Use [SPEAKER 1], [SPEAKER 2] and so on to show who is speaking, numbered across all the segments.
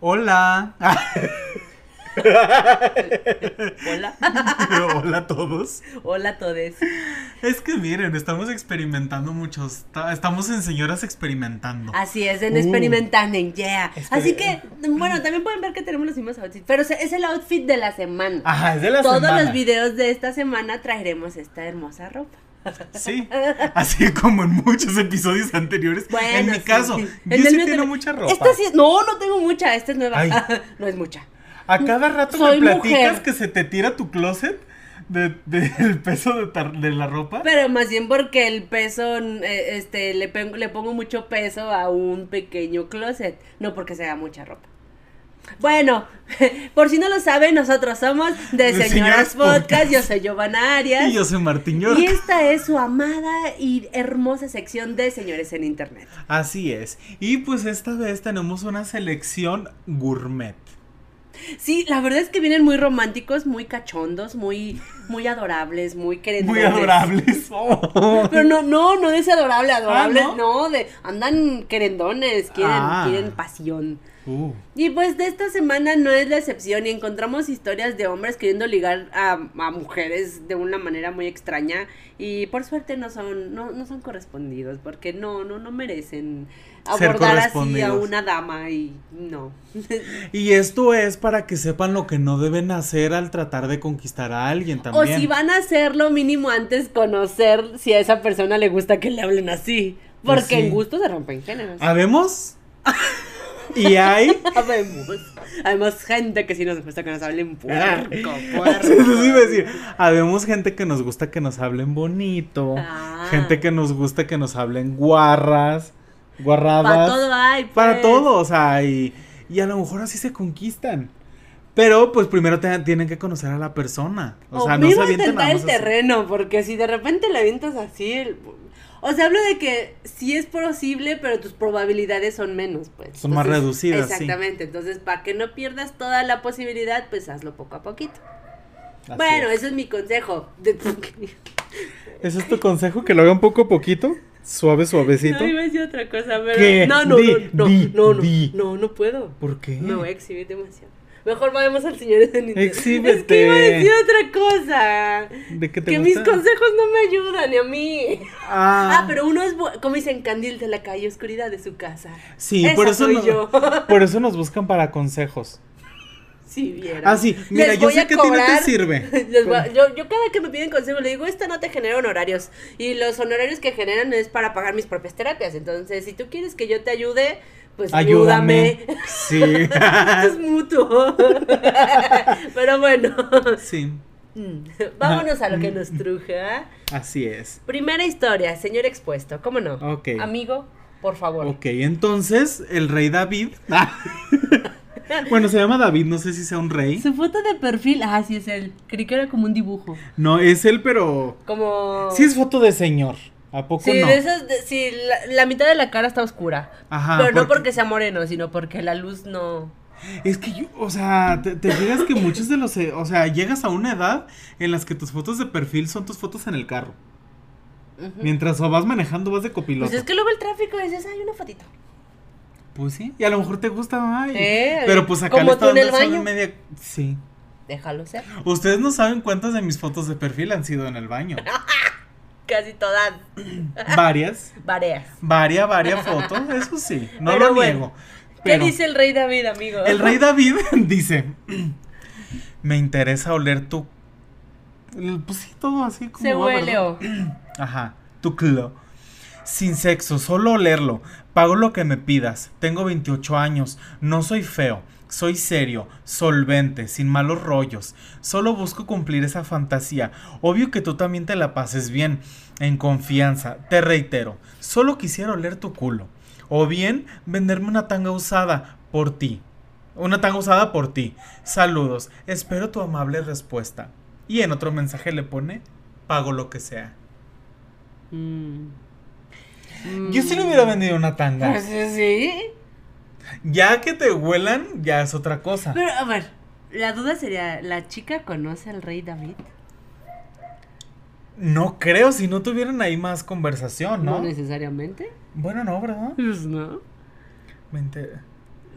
[SPEAKER 1] Hola.
[SPEAKER 2] Hola.
[SPEAKER 1] Hola a todos.
[SPEAKER 2] Hola a todos.
[SPEAKER 1] Es que miren, estamos experimentando muchos. ta- Estamos en señoras experimentando.
[SPEAKER 2] Así es, en
[SPEAKER 1] Uh.
[SPEAKER 2] Experimentanden, yeah.
[SPEAKER 1] Espe-
[SPEAKER 2] Así que, bueno, también pueden ver que tenemos los mismos outfits, pero se- es el outfit de la semana.
[SPEAKER 1] Ajá, es de la
[SPEAKER 2] Todos
[SPEAKER 1] semana.
[SPEAKER 2] los videos de esta semana traeremos esta hermosa ropa.
[SPEAKER 1] Sí. Así como en muchos episodios anteriores.
[SPEAKER 2] Bueno,
[SPEAKER 1] en mi
[SPEAKER 2] sí,
[SPEAKER 1] caso,
[SPEAKER 2] sí.
[SPEAKER 1] yo
[SPEAKER 2] En el
[SPEAKER 1] sí
[SPEAKER 2] mío
[SPEAKER 1] tiene
[SPEAKER 2] también.
[SPEAKER 1] mucha ropa.
[SPEAKER 2] Esta sí, no, no tengo mucha, esta es nueva.
[SPEAKER 1] Ay.
[SPEAKER 2] no es mucha.
[SPEAKER 1] A cada rato
[SPEAKER 2] Soy
[SPEAKER 1] me platicas
[SPEAKER 2] mujer.
[SPEAKER 1] que se te tira tu closet de- de- del peso de, tar- de la ropa.
[SPEAKER 2] Pero más bien porque el peso, eh, este, le, pen- le pongo mucho peso a un pequeño closet, no porque sea mucha ropa. Bueno, por si no lo saben, nosotros somos de
[SPEAKER 1] De
[SPEAKER 2] Señoras
[SPEAKER 1] Señoras
[SPEAKER 2] Podcast,
[SPEAKER 1] Podcast.
[SPEAKER 2] yo soy Giovanna Arias.
[SPEAKER 1] y yo soy Martín York.
[SPEAKER 2] Y esta es su amada y hermosa sección de señores en internet.
[SPEAKER 1] Así es. Y pues esta vez tenemos una selección gourmet.
[SPEAKER 2] Sí, la verdad es que vienen muy románticos, muy cachondos, muy, muy adorables, muy querendones.
[SPEAKER 1] Muy adorables. Oh.
[SPEAKER 2] Pero no, no, no es adorable, adorable,
[SPEAKER 1] Ah, ¿no?
[SPEAKER 2] ¿no? de andan querendones, quieren,
[SPEAKER 1] Ah.
[SPEAKER 2] quieren pasión.
[SPEAKER 1] Uh,
[SPEAKER 2] Y pues de esta semana no es la excepción y encontramos historias de hombres queriendo ligar a, a mujeres de una manera muy extraña y por suerte no son no, no son correspondidos porque no no no merecen
[SPEAKER 1] Ser
[SPEAKER 2] abordar así a
[SPEAKER 1] correspondidos.
[SPEAKER 2] una dama y no.
[SPEAKER 1] Y esto es para que sepan lo que no deben hacer al tratar de conquistar a alguien también.
[SPEAKER 2] O si van a hacerlo mínimo antes conocer si a esa persona le gusta que le hablen así, porque
[SPEAKER 1] Pues sí.
[SPEAKER 2] en gusto se rompen géneros.
[SPEAKER 1] ¿Habemos? y hay.
[SPEAKER 2] Habemos. Además, gente que sí nos gusta que nos hablen puerco, puerco.
[SPEAKER 1] Eso sí iba a decir. Habemos gente que nos gusta que nos hablen bonito.
[SPEAKER 2] Ah.
[SPEAKER 1] Gente que nos gusta que nos hablen guarras. Guarradas.
[SPEAKER 2] Para todo hay. pues.
[SPEAKER 1] Para todo, o sea, y, y a lo mejor así se conquistan. Pero pues primero te- tienen que conocer a la persona. O sea, no se
[SPEAKER 2] mismo
[SPEAKER 1] avienten
[SPEAKER 2] intentar
[SPEAKER 1] nada
[SPEAKER 2] el
[SPEAKER 1] más así.
[SPEAKER 2] terreno, porque si de repente le avientas así. el- O sea, hablo de que sí es posible, pero tus probabilidades son menos, pues.
[SPEAKER 1] Son más reducidas, sí.
[SPEAKER 2] Exactamente. Entonces, para que no pierdas toda la posibilidad, pues hazlo poco a poquito.
[SPEAKER 1] Así
[SPEAKER 2] bueno,
[SPEAKER 1] es.
[SPEAKER 2] ese es mi consejo. De-
[SPEAKER 1] ¿Ese es tu consejo? Que lo hagan poco a poquito, suave, suavecito.
[SPEAKER 2] No iba a decir otra cosa, pero.
[SPEAKER 1] ¿Qué?
[SPEAKER 2] No, no,
[SPEAKER 1] Di,
[SPEAKER 2] no, no,
[SPEAKER 1] di,
[SPEAKER 2] no, no,
[SPEAKER 1] di.
[SPEAKER 2] no, no puedo.
[SPEAKER 1] ¿Por qué?
[SPEAKER 2] Me voy a exhibir demasiado. Mejor vayamos al señor de Nintendo.
[SPEAKER 1] Exhíbete.
[SPEAKER 2] Es que iba a decir otra cosa.
[SPEAKER 1] ¿De qué te
[SPEAKER 2] Que mis
[SPEAKER 1] gusta?
[SPEAKER 2] consejos no me ayudan ni a mí.
[SPEAKER 1] Ah,
[SPEAKER 2] Ah, pero uno es, bu- como dicen, candil de la calle, oscuridad de su casa.
[SPEAKER 1] Sí,
[SPEAKER 2] Esa
[SPEAKER 1] por eso,
[SPEAKER 2] soy
[SPEAKER 1] no-
[SPEAKER 2] yo.
[SPEAKER 1] por eso nos buscan para consejos.
[SPEAKER 2] Si vieran.
[SPEAKER 1] Ah, sí, mira,
[SPEAKER 2] Les
[SPEAKER 1] yo
[SPEAKER 2] voy
[SPEAKER 1] sé
[SPEAKER 2] a
[SPEAKER 1] que a ti no te
[SPEAKER 2] cobrar-
[SPEAKER 1] sirve.
[SPEAKER 2] les voy a- yo, yo cada que me piden consejo le digo, esta no te genera honorarios. Y los honorarios que generan es para pagar mis propias terapias. Entonces, si tú quieres que yo te ayude, pues
[SPEAKER 1] Ayúdame.
[SPEAKER 2] ayúdame.
[SPEAKER 1] Sí.
[SPEAKER 2] Esto es mutuo. Pero bueno.
[SPEAKER 1] sí,
[SPEAKER 2] Mm, Vámonos a lo que nos truja.
[SPEAKER 1] así es.
[SPEAKER 2] Primera historia, señor expuesto, ¿cómo no?
[SPEAKER 1] Ok.
[SPEAKER 2] Amigo, por favor.
[SPEAKER 1] Ok, entonces el rey David. bueno, se llama David, no sé si sea un rey.
[SPEAKER 2] Su foto de perfil, ah, sí es él. Creí que era como un dibujo.
[SPEAKER 1] No, es él, pero.
[SPEAKER 2] Como.
[SPEAKER 1] Sí es foto de señor. ¿A poco
[SPEAKER 2] Sí,
[SPEAKER 1] no? Ah,
[SPEAKER 2] de esas, de- sí, la, la mitad de la cara está oscura.
[SPEAKER 1] Ajá.
[SPEAKER 2] pero no porque sea moreno, sino porque la luz no.
[SPEAKER 1] Es que yo, o sea, te, te fijas que muchos de los. eh, O sea, llegas a una edad en las que tus fotos de perfil son tus fotos en el carro.
[SPEAKER 2] Ujú.
[SPEAKER 1] Mientras o vas manejando, vas de copiloto.
[SPEAKER 2] Pues es que luego el tráfico dices, hay una fotito.
[SPEAKER 1] Pues sí, y a lo mejor te gusta, ay.
[SPEAKER 2] Eh,
[SPEAKER 1] pero pues acá
[SPEAKER 2] como
[SPEAKER 1] le está
[SPEAKER 2] tú en
[SPEAKER 1] dando
[SPEAKER 2] el
[SPEAKER 1] el sol
[SPEAKER 2] baño.
[SPEAKER 1] en media. Sí.
[SPEAKER 2] Déjalo ser.
[SPEAKER 1] Ustedes no saben cuántas de mis fotos de perfil han sido en el baño.
[SPEAKER 2] Casi todas.
[SPEAKER 1] Varias.
[SPEAKER 2] Varias.
[SPEAKER 1] Varia, varia foto, eso sí, no
[SPEAKER 2] Pero
[SPEAKER 1] lo
[SPEAKER 2] bueno,
[SPEAKER 1] niego.
[SPEAKER 2] ¿Qué
[SPEAKER 1] Pero
[SPEAKER 2] dice el rey David, amigo?
[SPEAKER 1] el rey David dice, me interesa oler tu... Pues sí, todo así como...
[SPEAKER 2] se
[SPEAKER 1] va,
[SPEAKER 2] huele.
[SPEAKER 1] ¿verdad?
[SPEAKER 2] o-
[SPEAKER 1] Ajá, tu culo. Sin sexo, solo olerlo. Pago lo que me pidas. Tengo 28 años. No soy feo. Soy serio, solvente, sin malos rollos. Solo busco cumplir esa fantasía. Obvio que tú también te la pases bien, en confianza. Te reitero, solo quisiera oler tu culo. O bien venderme una tanga usada por ti. Una tanga usada por ti. Saludos, espero tu amable respuesta. Y en otro mensaje le pone, pago lo que sea.
[SPEAKER 2] Mm.
[SPEAKER 1] Yo sí le hubiera vendido una tanga.
[SPEAKER 2] Pues sí, sí.
[SPEAKER 1] Ya que te huelan, ya es otra cosa.
[SPEAKER 2] Pero a ver, la duda sería, ¿la chica conoce al rey David?
[SPEAKER 1] No creo, si no tuvieran ahí más conversación, ¿no?
[SPEAKER 2] necesariamente.
[SPEAKER 1] Bueno, no, ¿verdad?
[SPEAKER 2] Pues no.
[SPEAKER 1] Me enteré.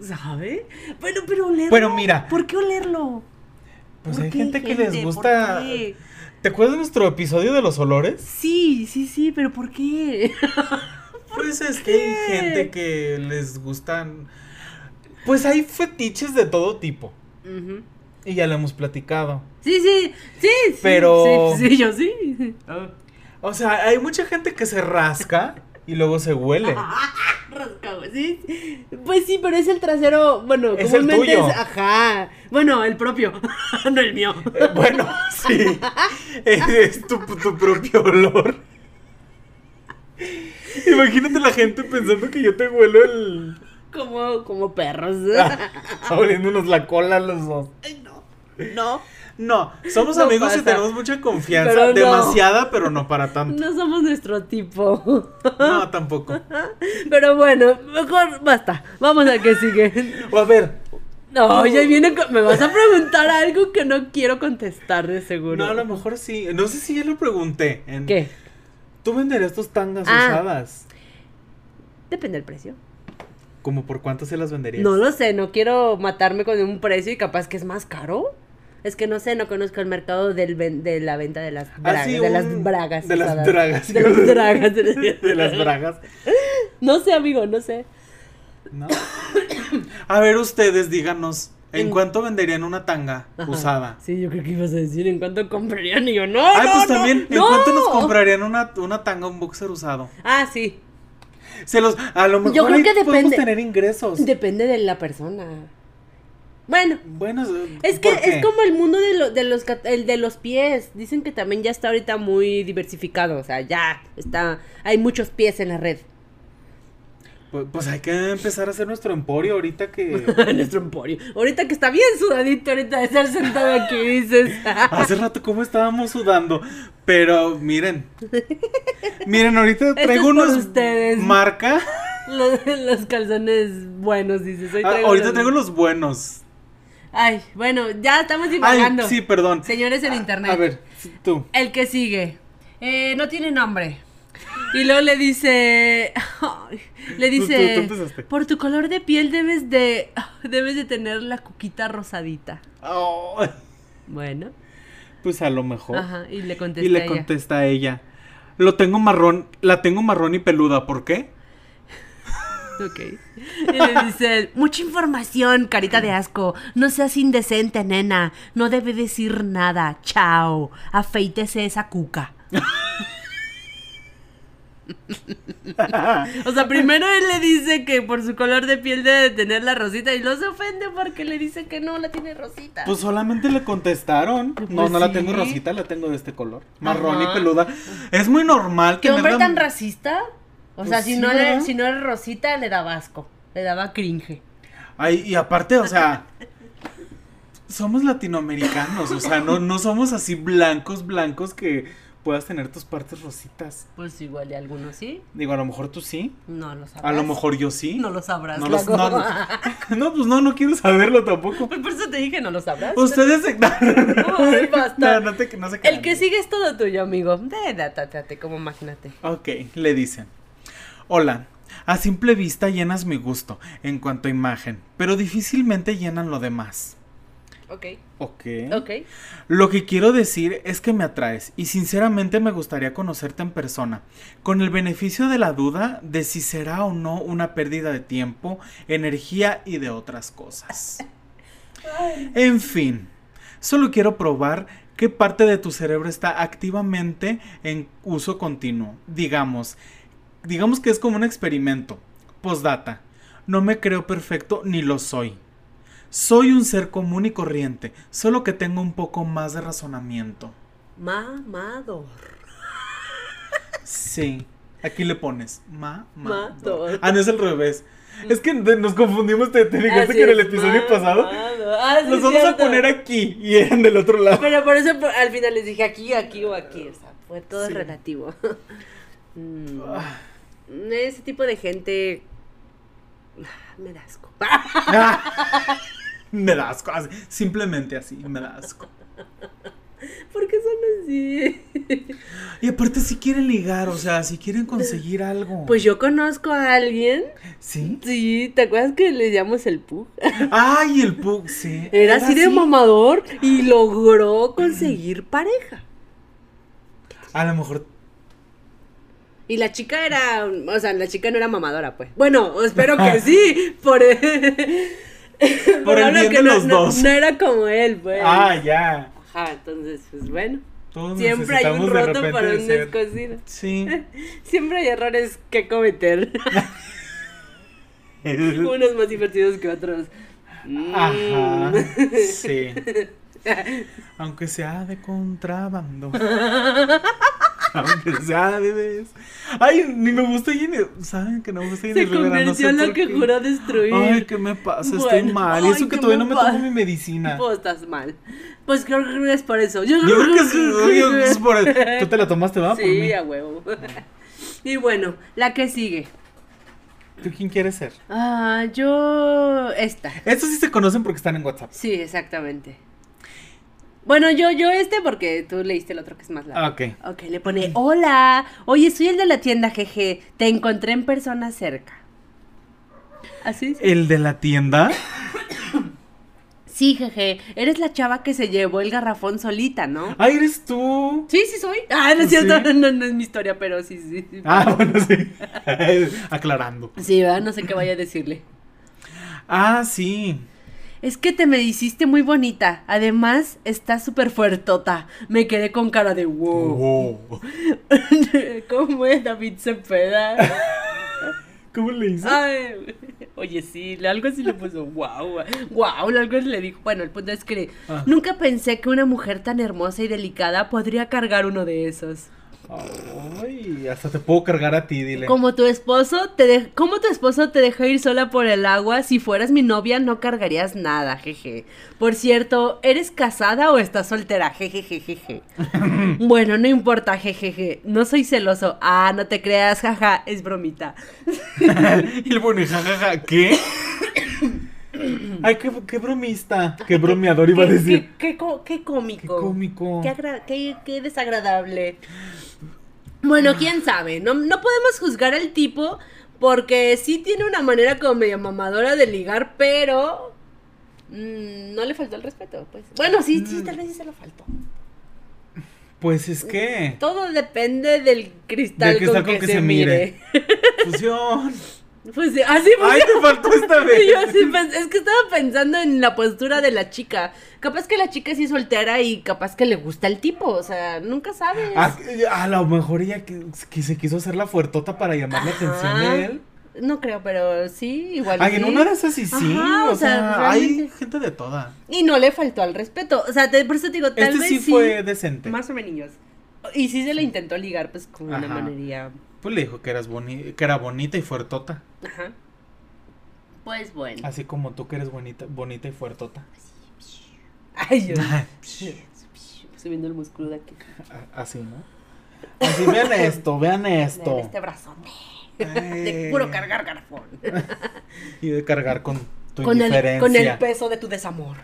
[SPEAKER 2] ¿Sabe? Bueno, pero olerlo.
[SPEAKER 1] Pero mira.
[SPEAKER 2] ¿Por qué olerlo?
[SPEAKER 1] Pues
[SPEAKER 2] ¿Por
[SPEAKER 1] hay
[SPEAKER 2] qué,
[SPEAKER 1] gente que les
[SPEAKER 2] ¿Por
[SPEAKER 1] gusta-
[SPEAKER 2] qué?
[SPEAKER 1] ¿Te acuerdas de nuestro episodio de los olores?
[SPEAKER 2] Sí, sí, sí, pero ¿por qué?
[SPEAKER 1] Pues es que hay
[SPEAKER 2] qué?
[SPEAKER 1] gente que les gustan. Pues hay fetiches de todo tipo.
[SPEAKER 2] Ujú.
[SPEAKER 1] Y ya lo hemos platicado.
[SPEAKER 2] Sí, sí, sí, sí.
[SPEAKER 1] Pero- Ah.
[SPEAKER 2] Sí, sí, yo sí.
[SPEAKER 1] O sea, hay mucha gente que se rasca y luego se huele.
[SPEAKER 2] Rascamos, sí. Pues sí, pero es el trasero, bueno,
[SPEAKER 1] Es el
[SPEAKER 2] comúnmente
[SPEAKER 1] tuyo.
[SPEAKER 2] es, ajá. Bueno, el propio, no el mío.
[SPEAKER 1] Eh, bueno, sí. Es, es tu, tu propio olor. Imagínate la gente pensando que yo te huelo el.
[SPEAKER 2] Como, como perros.
[SPEAKER 1] Ah. oliéndonos la cola a los dos.
[SPEAKER 2] Ay, no. No.
[SPEAKER 1] No, somos
[SPEAKER 2] No
[SPEAKER 1] amigos y
[SPEAKER 2] pasa.
[SPEAKER 1] tenemos mucha confianza.
[SPEAKER 2] Pero no.
[SPEAKER 1] Demasiada, pero no para tanto.
[SPEAKER 2] No somos nuestro tipo.
[SPEAKER 1] No, tampoco.
[SPEAKER 2] Pero bueno, mejor basta. Vamos a que sigue.
[SPEAKER 1] O a ver,
[SPEAKER 2] No, ya viene. con- Me vas a preguntar algo que no quiero contestar de seguro.
[SPEAKER 1] no, a lo mejor sí. No sé si ya lo pregunté. en-
[SPEAKER 2] ¿Qué?
[SPEAKER 1] ¿Tú venderías tus tangas
[SPEAKER 2] Ah.
[SPEAKER 1] usadas?
[SPEAKER 2] Depende del precio.
[SPEAKER 1] ¿Como por cuánto se las venderías?
[SPEAKER 2] No lo sé, no quiero matarme con un precio y capaz que es más caro. Es que no sé, no conozco el mercado del ven- de la venta de las bragas.
[SPEAKER 1] Así
[SPEAKER 2] de
[SPEAKER 1] Ah, un-
[SPEAKER 2] las bragas.
[SPEAKER 1] De las
[SPEAKER 2] usadas.
[SPEAKER 1] dragas.
[SPEAKER 2] De las dragas.
[SPEAKER 1] De las bragas.
[SPEAKER 2] No sé, amigo, no sé.
[SPEAKER 1] ¿no? A ver, ustedes díganos, ¿en
[SPEAKER 2] En-
[SPEAKER 1] cuánto venderían una tanga
[SPEAKER 2] Ajá.
[SPEAKER 1] usada?
[SPEAKER 2] Sí, yo creo que ibas a decir en cuánto comprarían y yo no.
[SPEAKER 1] Ay,
[SPEAKER 2] no,
[SPEAKER 1] pues
[SPEAKER 2] no,
[SPEAKER 1] también, ¿en
[SPEAKER 2] no.
[SPEAKER 1] cuánto nos comprarían una, una tanga, un boxer usado?
[SPEAKER 2] Ah, sí.
[SPEAKER 1] Se los, a lo mejor
[SPEAKER 2] Yo creo
[SPEAKER 1] ahí
[SPEAKER 2] que
[SPEAKER 1] podemos
[SPEAKER 2] depende.
[SPEAKER 1] tener ingresos.
[SPEAKER 2] Depende de la persona. Bueno,
[SPEAKER 1] Bueno, eh,
[SPEAKER 2] Es que
[SPEAKER 1] ¿por qué?
[SPEAKER 2] es como el mundo de, lo- de los cat- el de los pies. Dicen que también ya está ahorita muy diversificado. O sea, ya está. Hay muchos pies en la red.
[SPEAKER 1] Pues, pues hay que empezar a hacer nuestro emporio ahorita que...
[SPEAKER 2] Nuestro emporio. Ahorita que está bien sudadito, ahorita de estar sentado aquí, dices.
[SPEAKER 1] Hace rato como estábamos sudando, pero miren. Miren, ahorita
[SPEAKER 2] es
[SPEAKER 1] traigo
[SPEAKER 2] por
[SPEAKER 1] unos
[SPEAKER 2] ustedes.
[SPEAKER 1] marca.
[SPEAKER 2] los, los calzones buenos, dices. Hoy
[SPEAKER 1] Ah,
[SPEAKER 2] traigo
[SPEAKER 1] ahorita
[SPEAKER 2] los-
[SPEAKER 1] traigo los buenos.
[SPEAKER 2] Ay, bueno, ya estamos
[SPEAKER 1] Ay,
[SPEAKER 2] divagando.
[SPEAKER 1] sí, perdón.
[SPEAKER 2] Señores en internet.
[SPEAKER 1] A ver, tú.
[SPEAKER 2] El que sigue. Eh, no tiene nombre. Y luego le dice. ay, le
[SPEAKER 1] Tú- tú- tú
[SPEAKER 2] dice.
[SPEAKER 1] empezaste.
[SPEAKER 2] por tu color de piel debes de. Debes de tener la cuquita rosadita.
[SPEAKER 1] Oh,
[SPEAKER 2] Bueno.
[SPEAKER 1] pues a lo mejor.
[SPEAKER 2] Ajá. Y le contesta.
[SPEAKER 1] Y le
[SPEAKER 2] ella,
[SPEAKER 1] contesta a ella. Lo tengo marrón, la tengo marrón y peluda, ¿por qué?
[SPEAKER 2] Ok. Y le dice él, mucha información, carita de asco. No seas indecente, nena. No debe decir nada. Chao. Afeítese esa cuca. O sea, primero él le dice que por su color de piel debe de tener la rosita y luego se ofende porque le dice que no la tiene rosita.
[SPEAKER 1] Pues solamente le contestaron. no,
[SPEAKER 2] Pues
[SPEAKER 1] no la
[SPEAKER 2] sí.
[SPEAKER 1] tengo rosita, la tengo de este color. Marrón y
[SPEAKER 2] Ajá.
[SPEAKER 1] peluda. Es muy normal que
[SPEAKER 2] ¿Qué hombre
[SPEAKER 1] me
[SPEAKER 2] tan racista? O
[SPEAKER 1] Pues
[SPEAKER 2] sea, si,
[SPEAKER 1] sí,
[SPEAKER 2] no le,
[SPEAKER 1] ¿verdad?
[SPEAKER 2] si no era rosita, le daba asco. Le daba cringe.
[SPEAKER 1] Ay, y aparte, o sea, somos latinoamericanos, o sea, no, no somos así blancos, blancos que puedas tener tus partes rositas.
[SPEAKER 2] Pues igual de algunos sí.
[SPEAKER 1] Digo, a lo mejor tú sí,
[SPEAKER 2] No lo sabrás.
[SPEAKER 1] a lo mejor yo sí.
[SPEAKER 2] No lo sabrás.
[SPEAKER 1] No lo-
[SPEAKER 2] Lago.
[SPEAKER 1] no, No, pues no, no quiero saberlo tampoco.
[SPEAKER 2] Pues por eso te dije, no lo sabrás.
[SPEAKER 1] Ustedes se... No,
[SPEAKER 2] Ay,
[SPEAKER 1] no,
[SPEAKER 2] basta.
[SPEAKER 1] no te- no se crean.
[SPEAKER 2] El que sigue es todo tuyo, amigo. De, date, date, como imagínate.
[SPEAKER 1] Ok, le dicen. Hola, a simple vista llenas mi gusto en cuanto a imagen, pero difícilmente llenan lo demás.
[SPEAKER 2] Ok.
[SPEAKER 1] Ok.
[SPEAKER 2] Ok.
[SPEAKER 1] Lo que quiero decir es que me atraes y sinceramente me gustaría conocerte en persona, con el beneficio de la duda de si será o no una pérdida de tiempo, energía y de otras cosas. En fin, solo quiero probar qué parte de tu cerebro está activamente en uso continuo. Digamos, digamos que es como un experimento. Postdata. No me creo perfecto ni lo soy. Soy un ser común y corriente, solo que tengo un poco más de razonamiento.
[SPEAKER 2] Mamador.
[SPEAKER 1] Sí. Aquí le pones ma, ma.
[SPEAKER 2] Mamador.
[SPEAKER 1] Ah, no es al revés. Es que de- nos confundimos, te, te fijaste
[SPEAKER 2] Así
[SPEAKER 1] que en el
[SPEAKER 2] Ah, es,
[SPEAKER 1] episodio
[SPEAKER 2] mamado.
[SPEAKER 1] pasado
[SPEAKER 2] Ah, sí,
[SPEAKER 1] los
[SPEAKER 2] es
[SPEAKER 1] vamos a
[SPEAKER 2] cierto.
[SPEAKER 1] poner aquí y eran del otro lado.
[SPEAKER 2] Pero por eso por- al final les dije aquí, aquí o aquí. O sea, fue todo
[SPEAKER 1] Sí.
[SPEAKER 2] relativo. Mm,
[SPEAKER 1] Ah.
[SPEAKER 2] Ese tipo de gente. ah, Me da asco.
[SPEAKER 1] me da asco, así, simplemente así, me da asco.
[SPEAKER 2] ¿Por qué son así?
[SPEAKER 1] Y aparte si quieren ligar, o sea, si quieren conseguir algo.
[SPEAKER 2] Pues yo conozco a alguien.
[SPEAKER 1] ¿Sí?
[SPEAKER 2] Sí, ¿te acuerdas que le llamamos el Pug?
[SPEAKER 1] Ay, el pug, sí.
[SPEAKER 2] Era así de mamador y logró conseguir pareja.
[SPEAKER 1] A lo mejor
[SPEAKER 2] Y la chica era, o sea, la chica no era mamadora, pues. Bueno, espero que sí, por,
[SPEAKER 1] Por el
[SPEAKER 2] hablo
[SPEAKER 1] bien
[SPEAKER 2] que
[SPEAKER 1] de
[SPEAKER 2] no,
[SPEAKER 1] los
[SPEAKER 2] no-
[SPEAKER 1] dos.
[SPEAKER 2] no era como él, pues.
[SPEAKER 1] Ah, ya.
[SPEAKER 2] Ajá, entonces, pues bueno.
[SPEAKER 1] Todos
[SPEAKER 2] Siempre hay un
[SPEAKER 1] necesitamos de
[SPEAKER 2] roto
[SPEAKER 1] repente
[SPEAKER 2] para
[SPEAKER 1] de
[SPEAKER 2] un
[SPEAKER 1] ser-
[SPEAKER 2] descosido.
[SPEAKER 1] Sí.
[SPEAKER 2] Siempre hay errores que cometer. Unos más divertidos que otros. Mm.
[SPEAKER 1] Ajá. Sí. Aunque sea de contrabando. Aunque sea de des- Ay, ni me gusta Jenny. Saben que no me gusta Jenny
[SPEAKER 2] Se
[SPEAKER 1] Rivera. No
[SPEAKER 2] convirtió
[SPEAKER 1] sé
[SPEAKER 2] en lo
[SPEAKER 1] por
[SPEAKER 2] que
[SPEAKER 1] qué.
[SPEAKER 2] juró destruir.
[SPEAKER 1] Ay, ¿qué me pasa? Estoy
[SPEAKER 2] Bueno,
[SPEAKER 1] mal. Y
[SPEAKER 2] ay,
[SPEAKER 1] eso que
[SPEAKER 2] ¿qué
[SPEAKER 1] todavía no
[SPEAKER 2] me
[SPEAKER 1] me
[SPEAKER 2] pa-
[SPEAKER 1] tomo mi medicina.
[SPEAKER 2] Pues estás mal. Pues creo que es por eso. Yo,
[SPEAKER 1] Yo creo que es, yo creo que es por el- Tú te la tomaste, ¿verdad? por mí.
[SPEAKER 2] Sí, a huevo. Y bueno, la que sigue.
[SPEAKER 1] ¿Tú quién quieres ser?
[SPEAKER 2] Ah, yo. Esta.
[SPEAKER 1] Estos sí se conocen porque están en WhatsApp.
[SPEAKER 2] Sí, exactamente. Bueno, yo, yo este porque tú leíste el otro que es más largo.
[SPEAKER 1] Ah, ok.
[SPEAKER 2] Ok, le pone, hola, oye, soy el de la tienda, jeje, te encontré en persona cerca. ¿Así? es?
[SPEAKER 1] El de la tienda.
[SPEAKER 2] Sí, jeje, eres la chava que se llevó el garrafón solita, ¿no?
[SPEAKER 1] Ay, Ah, eres tú.
[SPEAKER 2] Sí, sí soy. Ah, no es
[SPEAKER 1] Sí.
[SPEAKER 2] cierto, no, no es mi historia, pero sí, sí. sí.
[SPEAKER 1] Ah, bueno, sí. Aclarando.
[SPEAKER 2] Sí, ¿verdad? No sé qué vaya a decirle.
[SPEAKER 1] Ah, sí.
[SPEAKER 2] Es que te me hiciste muy bonita, además estás súper fuertota. Me quedé con cara de wow.
[SPEAKER 1] Wow.
[SPEAKER 2] ¿Cómo es David Cepeda?
[SPEAKER 1] ¿Cómo le hizo?
[SPEAKER 2] Ay, oye, sí, le- algo así le puso wow, wow, algo le dijo. Bueno, el punto es que
[SPEAKER 1] Ah.
[SPEAKER 2] nunca pensé que una mujer tan hermosa y delicada podría cargar uno de esos.
[SPEAKER 1] Ay, hasta te puedo cargar a ti, dile.
[SPEAKER 2] Como tu esposo te de- como tu esposo te deja ir sola por el agua, si fueras mi novia no cargarías nada, jeje. Por cierto, ¿eres casada o estás soltera? Jejejejeje. bueno, no importa, jejeje. No soy celoso. Ah, no te creas, jaja, es bromita.
[SPEAKER 1] y le pone jajaja, ¿qué? Ay, qué, qué bromista. Qué bromeador iba a
[SPEAKER 2] Qué-
[SPEAKER 1] decir.
[SPEAKER 2] qué- qué co- qué cómico.
[SPEAKER 1] Qué cómico.
[SPEAKER 2] Qué, agra- qué- qué desagradable. Bueno, quién sabe. No, no podemos juzgar al tipo porque sí tiene una manera como medio mamadora de ligar, pero mm, no le faltó el respeto. Pues. Bueno, sí, sí,
[SPEAKER 1] Mm.
[SPEAKER 2] tal vez sí se lo faltó.
[SPEAKER 1] Pues es que.
[SPEAKER 2] Todo depende del cristal,
[SPEAKER 1] Del cristal
[SPEAKER 2] con, que, se, mire.
[SPEAKER 1] Fusión.
[SPEAKER 2] Pues sí, así fue.
[SPEAKER 1] Ay, te faltó esta
[SPEAKER 2] Y yo
[SPEAKER 1] vez.
[SPEAKER 2] así pens- es que estaba pensando en la postura de la chica. Capaz que la chica sí es soltera y capaz que le gusta el tipo. O sea, nunca sabes.
[SPEAKER 1] A, Ah, a lo mejor ella que, que se quiso hacer la fuertota para llamar la atención
[SPEAKER 2] Ajá.
[SPEAKER 1] de él.
[SPEAKER 2] No creo, pero sí, igual.
[SPEAKER 1] Ay, Ah, en
[SPEAKER 2] sí.
[SPEAKER 1] una de esas sí, sí.
[SPEAKER 2] Ajá,
[SPEAKER 1] o,
[SPEAKER 2] o sea,
[SPEAKER 1] sea, hay
[SPEAKER 2] realmente.
[SPEAKER 1] gente de toda.
[SPEAKER 2] Y no le faltó al respeto. O sea, te- por eso te digo, tal
[SPEAKER 1] Este
[SPEAKER 2] vez
[SPEAKER 1] sí fue decente.
[SPEAKER 2] Más o menos. Y sí se le intentó ligar, pues, con una
[SPEAKER 1] Ajá.
[SPEAKER 2] manería.
[SPEAKER 1] Pues le dijo que, eras boni- que era bonita y fuertota.
[SPEAKER 2] Ajá. Pues bueno.
[SPEAKER 1] Así como tú que eres bonita, bonita y fuertota.
[SPEAKER 2] Ay, yo. Subiendo el músculo de aquí.
[SPEAKER 1] A- Así, ¿no? Así, vean esto, vean esto. Eh.
[SPEAKER 2] De Este brazote.
[SPEAKER 1] Ay.
[SPEAKER 2] De puro cargar garfón.
[SPEAKER 1] Y de cargar con tu
[SPEAKER 2] Con el,
[SPEAKER 1] indiferencia.
[SPEAKER 2] con el peso de tu desamor.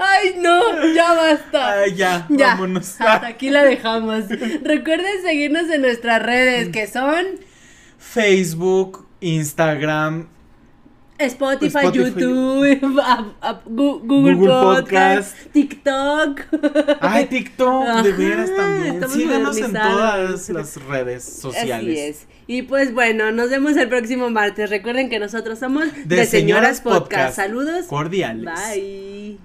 [SPEAKER 2] Ay, no, ya basta.
[SPEAKER 1] Ay, ya,
[SPEAKER 2] Ya,
[SPEAKER 1] vámonos.
[SPEAKER 2] hasta aquí la dejamos. Recuerden seguirnos en nuestras redes que son
[SPEAKER 1] Facebook, Instagram,
[SPEAKER 2] Spotify,
[SPEAKER 1] Spotify.
[SPEAKER 2] YouTube, a- a- Gu- Google,
[SPEAKER 1] Google
[SPEAKER 2] Podcast, TikTok.
[SPEAKER 1] Ay, TikTok, de
[SPEAKER 2] Ajá,
[SPEAKER 1] veras también.
[SPEAKER 2] estamos
[SPEAKER 1] Síganos en
[SPEAKER 2] modernizados.
[SPEAKER 1] todas las redes sociales.
[SPEAKER 2] Así es. Y pues bueno, nos vemos el próximo martes. Recuerden que nosotros somos
[SPEAKER 1] De Señoras Podcast.
[SPEAKER 2] Saludos.
[SPEAKER 1] Cordiales.
[SPEAKER 2] Bye.